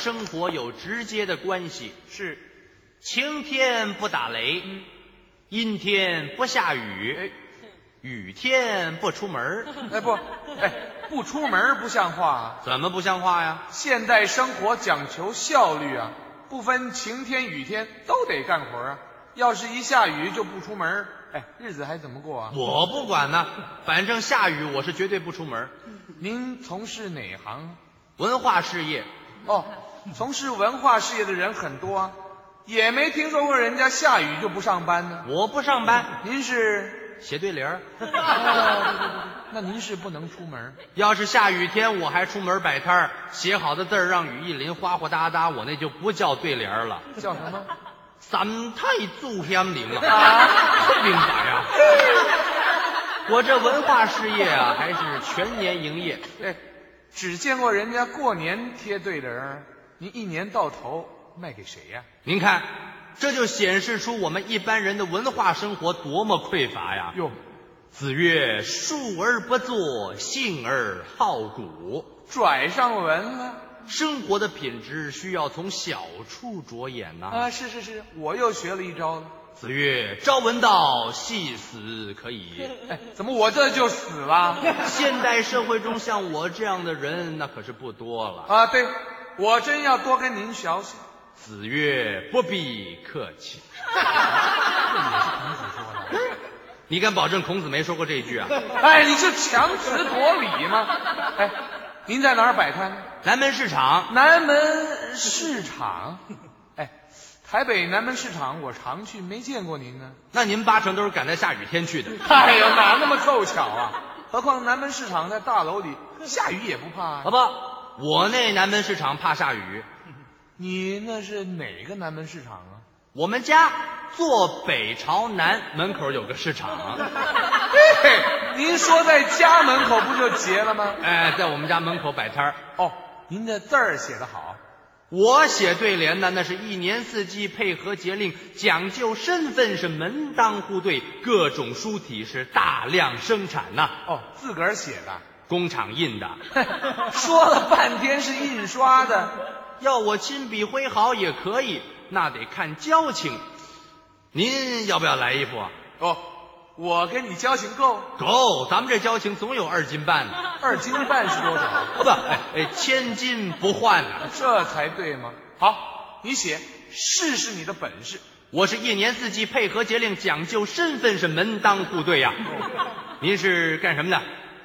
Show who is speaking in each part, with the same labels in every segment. Speaker 1: 生活有直接的关系。
Speaker 2: 是，
Speaker 1: 晴天不打雷，阴天不下雨，雨天不出门儿，
Speaker 2: 哎不，哎不出门儿不像话啊！
Speaker 1: 怎么不像话呀？
Speaker 2: 现代生活讲求效率啊，不分晴天雨天都得干活啊。要是一下雨就不出门儿，哎，日子还怎么过啊？
Speaker 1: 我不管呢，反正下雨我是绝对不出门儿。
Speaker 2: 您从事哪行？
Speaker 1: 文化事业，
Speaker 2: 哦，从事文化事业的人很多啊，也没听说过人家下雨就不上班呢。
Speaker 1: 我不上班，
Speaker 2: 您是？ 哦
Speaker 1: 写对联儿。
Speaker 2: 那您是不能出门儿。
Speaker 1: 要是下雨天我还出门摆摊儿，写好的字儿让雨一淋，哗哗哒哒，我那就不叫对联儿了。
Speaker 2: 叫什么？
Speaker 1: 三太祖香灵啊，
Speaker 2: 啊
Speaker 1: 这明白呀！我这文化事业啊，还是全年营业。
Speaker 2: 哎，只见过人家过年贴对联儿，您一年到头卖给谁呀、
Speaker 1: 您看，这就显示出我们一般人的文化生活多么匮乏呀！
Speaker 2: 哟，
Speaker 1: 子曰：“述而不作，信而好古。
Speaker 2: 拽上文了”
Speaker 1: 生活的品质需要从小处着眼呐、
Speaker 2: 啊！是是是，我又学了一招了。
Speaker 1: 子曰：“朝闻道，夕死可矣也。”
Speaker 2: 哎，怎么我这就死了？
Speaker 1: 现代社会中像我这样的人，那可是不多了。
Speaker 2: 啊，对，我真要多跟您学学。
Speaker 1: 子曰：“不必客气。
Speaker 2: 说的。”
Speaker 1: 你敢保证孔子没说过这一句啊？
Speaker 2: 哎，你是强词夺理吗？哎，您在哪儿摆摊呢？
Speaker 1: 南门市场
Speaker 2: 南门市场。哎，台北南门市场我常去，没见过您呢。
Speaker 1: 那您八成都是赶在下雨天去的。
Speaker 2: 哎呦，哪那么凑巧啊？ 何况南门市场在大楼 里，下雨也不怕啊
Speaker 1: 好。不，我那南门市场怕下雨。
Speaker 2: 你那是哪个南门市场啊？
Speaker 1: 我们家坐北朝南，门口有个市场。
Speaker 2: 嘿您说在家门口不就结了吗？
Speaker 1: 哎，在我们家门口摆摊儿。
Speaker 2: 哦，您的字儿写得好。
Speaker 1: 我写对联呢，那是一年四季配合节令，讲究身份是门当户对，各种书体是大量生产呐、
Speaker 2: 哦，自个儿写的。
Speaker 1: 工厂印的。
Speaker 2: 说了半天是印刷的，
Speaker 1: 要我亲笔挥毫也可以，那得看交情。您要不要来一副啊？
Speaker 2: 哦，我跟你交情够，
Speaker 1: 够，咱们这交情总有二斤半 呢。
Speaker 2: 二斤半是多少？
Speaker 1: 哦不，哎哎，千金不换啊呐、
Speaker 2: 这才对吗？好，你写，试试你的本事。
Speaker 1: 我是一年四季配合节令，讲究身份是门当户对 呀、您是干什么的？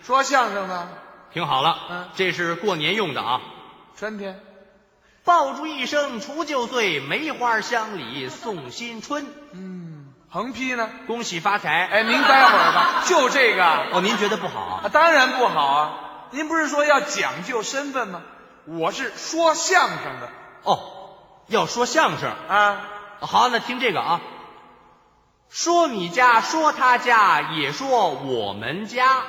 Speaker 2: 说相声呢，
Speaker 1: 听好了，
Speaker 2: 嗯
Speaker 1: 这是过年用的啊。
Speaker 2: 春天，
Speaker 1: 爆竹一声除旧岁，梅花香里送新春。
Speaker 2: 嗯，横批呢？
Speaker 1: 恭喜发财！
Speaker 2: 哎，您待会儿吧，就这个啊，
Speaker 1: 哦，您觉得不好啊？
Speaker 2: 当然不好啊。您不是说要讲究身份吗？我是说相声的
Speaker 1: 哦，要说相声。
Speaker 2: 啊，
Speaker 1: 好，那听这个啊，说你家，说他家，也说我们家。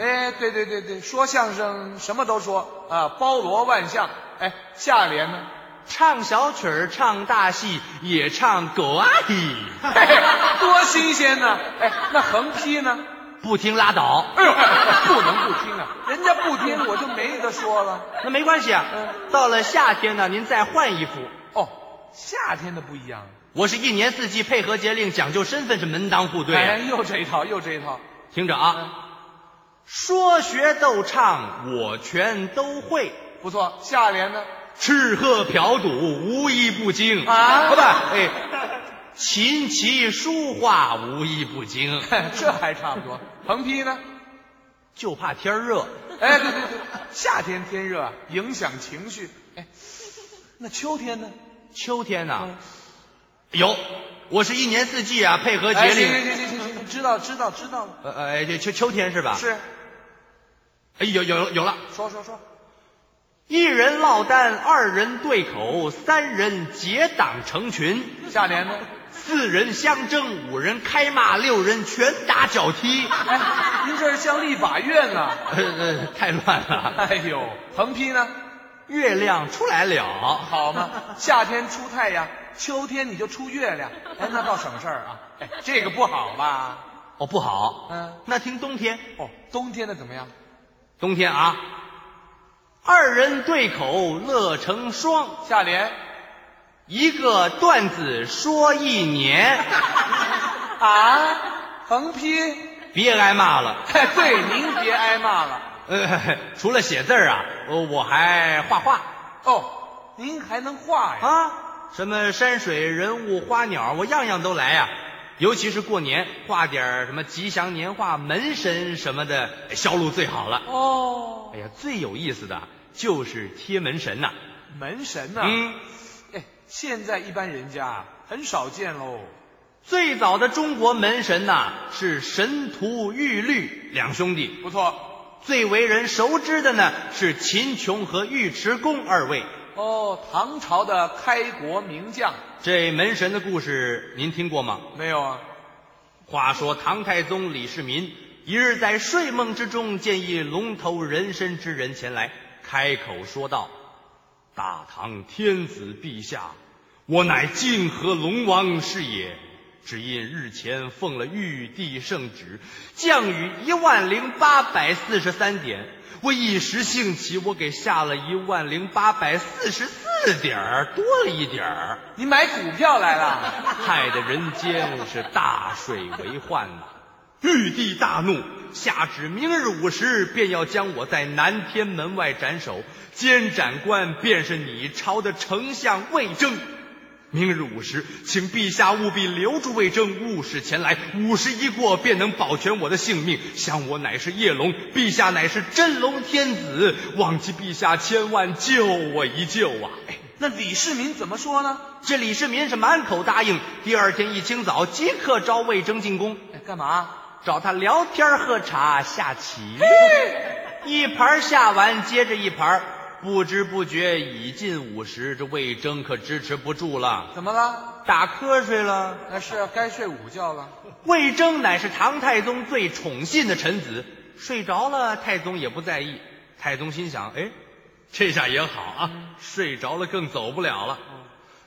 Speaker 2: 哎，对对对对，说相声什么都说啊，包罗万象。哎，下联呢？
Speaker 1: 唱小曲儿，唱大戏，也唱狗阿姨。
Speaker 2: 嘿多新鲜呢！哎，那横批呢？
Speaker 1: 不听拉倒，
Speaker 2: 哎呦，不能不听啊！人家不听，我就没得说了。
Speaker 1: 那没关系啊。
Speaker 2: 嗯
Speaker 1: 到了夏天呢，您再换一副。
Speaker 2: 哦，夏天的不一样。
Speaker 1: 我是一年四季配合节令，讲究身份是门当户对啊。
Speaker 2: 哎，嗯又这一套，又这一套。
Speaker 1: 听着啊，说学逗唱我全都会，
Speaker 2: 不错，下联呢？
Speaker 1: 吃喝嫖赌无一不精
Speaker 2: 啊
Speaker 1: 不不，哎，琴棋书画无一不精，
Speaker 2: 这还差不多。横批呢？
Speaker 1: 就怕天儿热。
Speaker 2: 哎，对对对，夏天天热啊，影响情绪。哎，那秋天呢？
Speaker 1: 秋天呐、
Speaker 2: 嗯
Speaker 1: 有，我是一年四季啊，配合
Speaker 2: 哎，
Speaker 1: 节
Speaker 2: 行
Speaker 1: 令。
Speaker 2: 行行行行行，知道知道知道了。
Speaker 1: 呃呃，这秋秋天是吧？。
Speaker 2: 是，
Speaker 1: 哎，有有有了，
Speaker 2: 说说说。
Speaker 1: 一人落单，二人对口，三人结党成群。
Speaker 2: 下联呢？
Speaker 1: 四人相争，五人开骂，六人拳打脚踢，
Speaker 2: 哎，您这是像立法院呢。
Speaker 1: 呃呃，太乱了。
Speaker 2: 哎呦，横批呢？
Speaker 1: 月亮出来了，
Speaker 2: 好嘛，夏天出太阳，秋天你就出月亮，哎，那倒省事儿啊。哎，这个不好吧？
Speaker 1: 哦不好。
Speaker 2: 嗯，
Speaker 1: 那听冬天，
Speaker 2: 哦，冬天的怎么样？
Speaker 1: 冬天啊，二人对口乐成双，
Speaker 2: 下联
Speaker 1: 一个段子说一年，
Speaker 2: 啊，横批。
Speaker 1: 别挨骂了。
Speaker 2: 哎，对，您别挨骂了。
Speaker 1: 呃，除了写字儿啊，呃我还画画
Speaker 2: 哦，您还能画呀？
Speaker 1: 啊，什么山水、人物、花鸟，我样样都来呀、尤其是过年，画点儿什么吉祥年画、门神什么的，哎销路最好了。
Speaker 2: 哦，
Speaker 1: 哎呀，最有意思的就是贴门神呐、
Speaker 2: 门神呐、
Speaker 1: 嗯，
Speaker 2: 哎，现在一般人家啊很少见喽。
Speaker 1: 最早的中国门神呐、是神荼玉律两兄弟，
Speaker 2: 不错。
Speaker 1: 最为人熟知的呢是秦琼和尉迟恭二位。
Speaker 2: 哦，唐朝的开国名将
Speaker 1: 这门神的故事您听过吗？
Speaker 2: 没有啊？
Speaker 1: 话说唐太宗李世民一日在睡梦之中，见一龙头人身之人前来，开口说道：“大唐天子陛下，我乃泾河龙王是也。只因日前奉了玉帝圣旨，降雨一万零八百四十三点，我一时兴起，我给下了一万零八百四十四点儿，多了一点儿。”
Speaker 2: 你买股票来了？
Speaker 1: 害得人间是大水为患呐、玉帝大怒，下旨明日午时便要将我在南天门外斩首，监斩官便是你朝的丞相魏征。明日午时，请陛下务必留住魏征，勿使前来。午时一过，便能保全我的性命。想我乃是夜龙，陛下乃是真龙天子，望其陛下千万救我一救啊！哎
Speaker 2: 那李世民怎么说呢？
Speaker 1: 这李世民是满口答应。第二天一清早，即刻招魏征进宫，
Speaker 2: 哎，干嘛？
Speaker 1: 找他聊天、喝茶、下棋，一盘下完接着一盘，不知不觉已近午时，这魏征可支持不住了，
Speaker 2: 怎么了？
Speaker 1: 打瞌睡了。
Speaker 2: 那是该睡午觉了。
Speaker 1: 魏征乃是唐太宗最宠信的臣子，睡着了，太宗也不在意。太宗心想，哎，这下也好啊，睡着了更走不了了。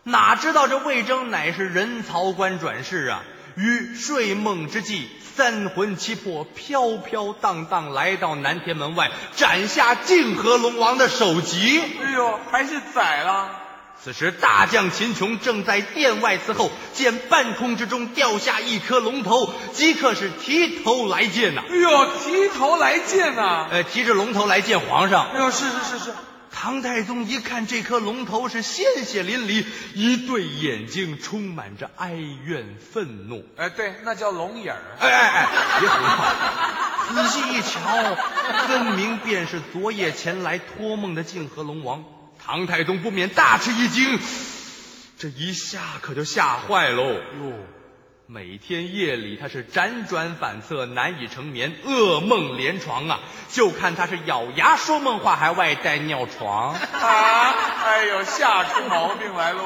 Speaker 1: 哪知道这魏征乃是人曹官转世啊！于睡梦之际，三魂七魄飘飘荡荡来到南天门外，斩下泾河龙王的首级。
Speaker 2: 哎呦，还是宰了。
Speaker 1: 此时大将秦琼正在殿外伺候，见半空之中掉下一颗龙头，即刻是提头来见呐、
Speaker 2: 哎呦，提头来见呐、
Speaker 1: 呃，提着龙头来见皇上。
Speaker 2: 哎呦，是是是是，
Speaker 1: 唐太宗一看这颗龙头是鲜血淋漓，一对眼睛充满着哀怨愤怒。
Speaker 2: 哎，对，那叫龙眼儿。
Speaker 1: 哎哎哎，别胡闹！仔细一瞧，分明便是昨夜前来托梦的泾河龙王。唐太宗不免大吃一惊，这一下可就吓坏喽。
Speaker 2: 哟，
Speaker 1: 每天夜里，他是辗转反侧，难以成眠，噩梦连床啊！就看他是咬牙说梦话，还外带尿床。
Speaker 2: 啊，哎呦，吓出毛病来喽！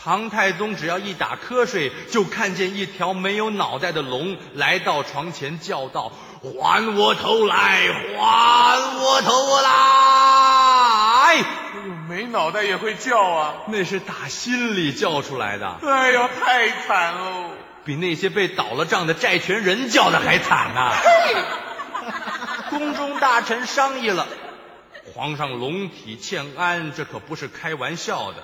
Speaker 1: 唐太宗只要一打瞌睡，就看见一条没有脑袋的龙来到床前，叫道：“还我头来，还我头来
Speaker 2: 哎呦，没脑袋也会叫啊！！”
Speaker 1: 那是打心里叫出来的，
Speaker 2: 哎呦，太惨喽！
Speaker 1: 比那些被倒了账的债权人叫的还惨呐、宫中大臣商议了，皇上龙体欠安，这可不是开玩笑的。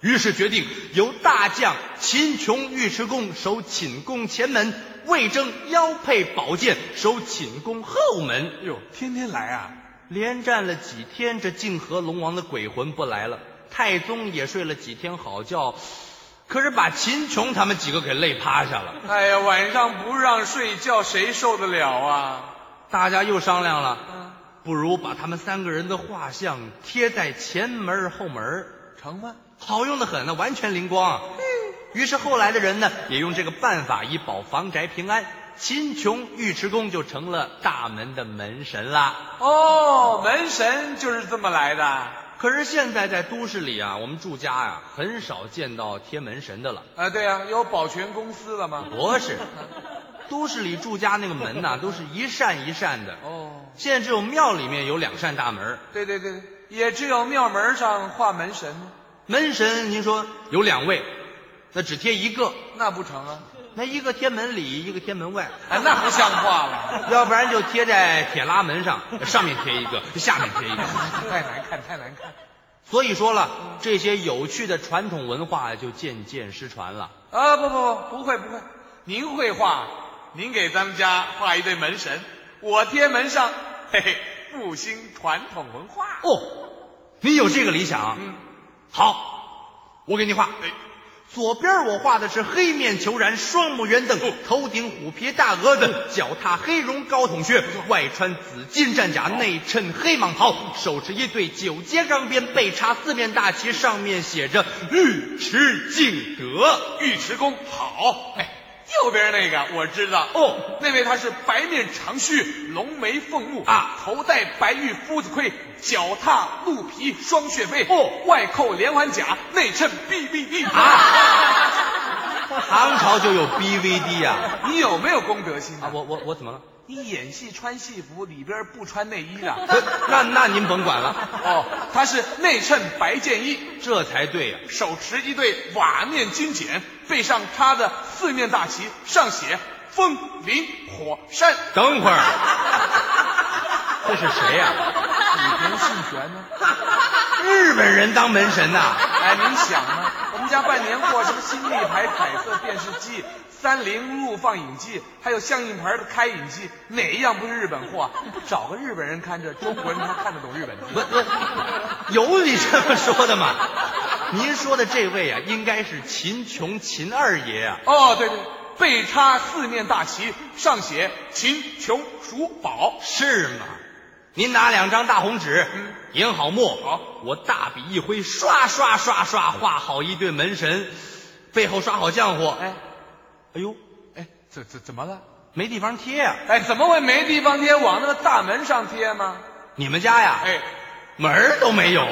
Speaker 1: 于是决定由大将秦琼、尉迟恭守寝宫前门，魏征腰佩宝剑守寝宫后门。
Speaker 2: 哎呦，天天来啊！
Speaker 1: 连战了几天，这泾河龙王的鬼魂不来了，太宗也睡了几天好觉，可是把秦琼他们几个给累趴下了。
Speaker 2: 哎呀，晚上不让睡觉，谁受得了啊？
Speaker 1: 大家又商量了，
Speaker 2: 嗯，
Speaker 1: 不如把他们三个人的画像贴在前门、后门，
Speaker 2: 成吗？
Speaker 1: 好用的很呢，完全灵光。于是后来的人呢，也用这个办法以保房宅平安。秦琼、尉迟恭就成了大门的门神啦。
Speaker 2: 哦，门神就是这么来的。啊，
Speaker 1: 可是现在在都市里啊，我们住家呀、很少见到贴门神的了。
Speaker 2: 对呀、有保全公司了吗？
Speaker 1: 不是，都市里住家那个门呐、都是一扇一扇的。
Speaker 2: 哦，
Speaker 1: 现在只有庙里面有两扇大门，
Speaker 2: 对对对，也只有庙门上画门神，
Speaker 1: 门神您说有两位，那只贴一个，
Speaker 2: 那不成啊？
Speaker 1: 那一个天门里，一个天门外，
Speaker 2: 哎，那不像话 了，
Speaker 1: 要不然就贴在铁拉门上，上面贴一个，下面贴一个。
Speaker 2: 哎太难看，太难看。
Speaker 1: 所以说了，这些有趣的传统文化就渐渐失传了。
Speaker 2: 啊，不不不，不会不会，您会画，您给咱们家画一对门神，我贴门上，嘿嘿，复兴传统文化。
Speaker 1: 哦，你有这个理想？
Speaker 2: 嗯，
Speaker 1: 好，我给你画。
Speaker 2: 哎，
Speaker 1: 左边我画的是黑面虬髯、双目圆瞪、头顶虎皮大额子、脚踏黑绒高筒靴，外穿紫金战甲，内衬黑蟒袍，手持一对九节钢鞭，背插四面大旗，上面写着“尉迟敬 德
Speaker 2: 尉迟恭好，哎，右边那个我知道”。
Speaker 1: 哦，
Speaker 2: 那位他是白面长须，龙眉凤目
Speaker 1: 啊
Speaker 2: 头戴白玉夫子盔，脚踏鹿皮双雪飞，
Speaker 1: 哦，啊
Speaker 2: 外扣连环甲，内衬 B B B
Speaker 1: 唐朝就有 BVD 呀、
Speaker 2: 你有没有公德心
Speaker 1: 啊！我我我怎么了？
Speaker 2: 你演戏穿戏服，里边不穿内衣的。
Speaker 1: 呃那那您甭管了，
Speaker 2: 哦，他是内衬白件衣，
Speaker 1: 这才对呀、
Speaker 2: 手持一对瓦面金简，背上插的四面大旗，上写风林火山。
Speaker 1: 等会儿， 这是谁呀、
Speaker 2: 你不姓玄呢？
Speaker 1: 日本人当门神呐、
Speaker 2: 哎，您想啊，我们家办年货，什么新立牌彩色电视机、三菱录放影机，还有相应牌的开影机，哪一样不是日本货啊？找个日本人看着，中国人他看得懂日本字。
Speaker 1: 不不，有你这么说的吗？您说的这位啊，应该是秦琼秦二爷啊。
Speaker 2: 哦，对对，背插四面大旗，上写秦琼蜀宝。
Speaker 1: 是吗？您拿两张大红纸
Speaker 2: 嗯，
Speaker 1: 研好墨，
Speaker 2: 好
Speaker 1: 我大笔一挥，刷刷刷刷画好一对门神，背后刷好浆糊。
Speaker 2: 哎
Speaker 1: 哎呦，
Speaker 2: 哎，怎怎怎么了？
Speaker 1: 没地方贴啊！
Speaker 2: 哎，怎么会没地方贴？往那个大门上贴吗？
Speaker 1: 你们家呀，
Speaker 2: 哎，
Speaker 1: 门儿都没有。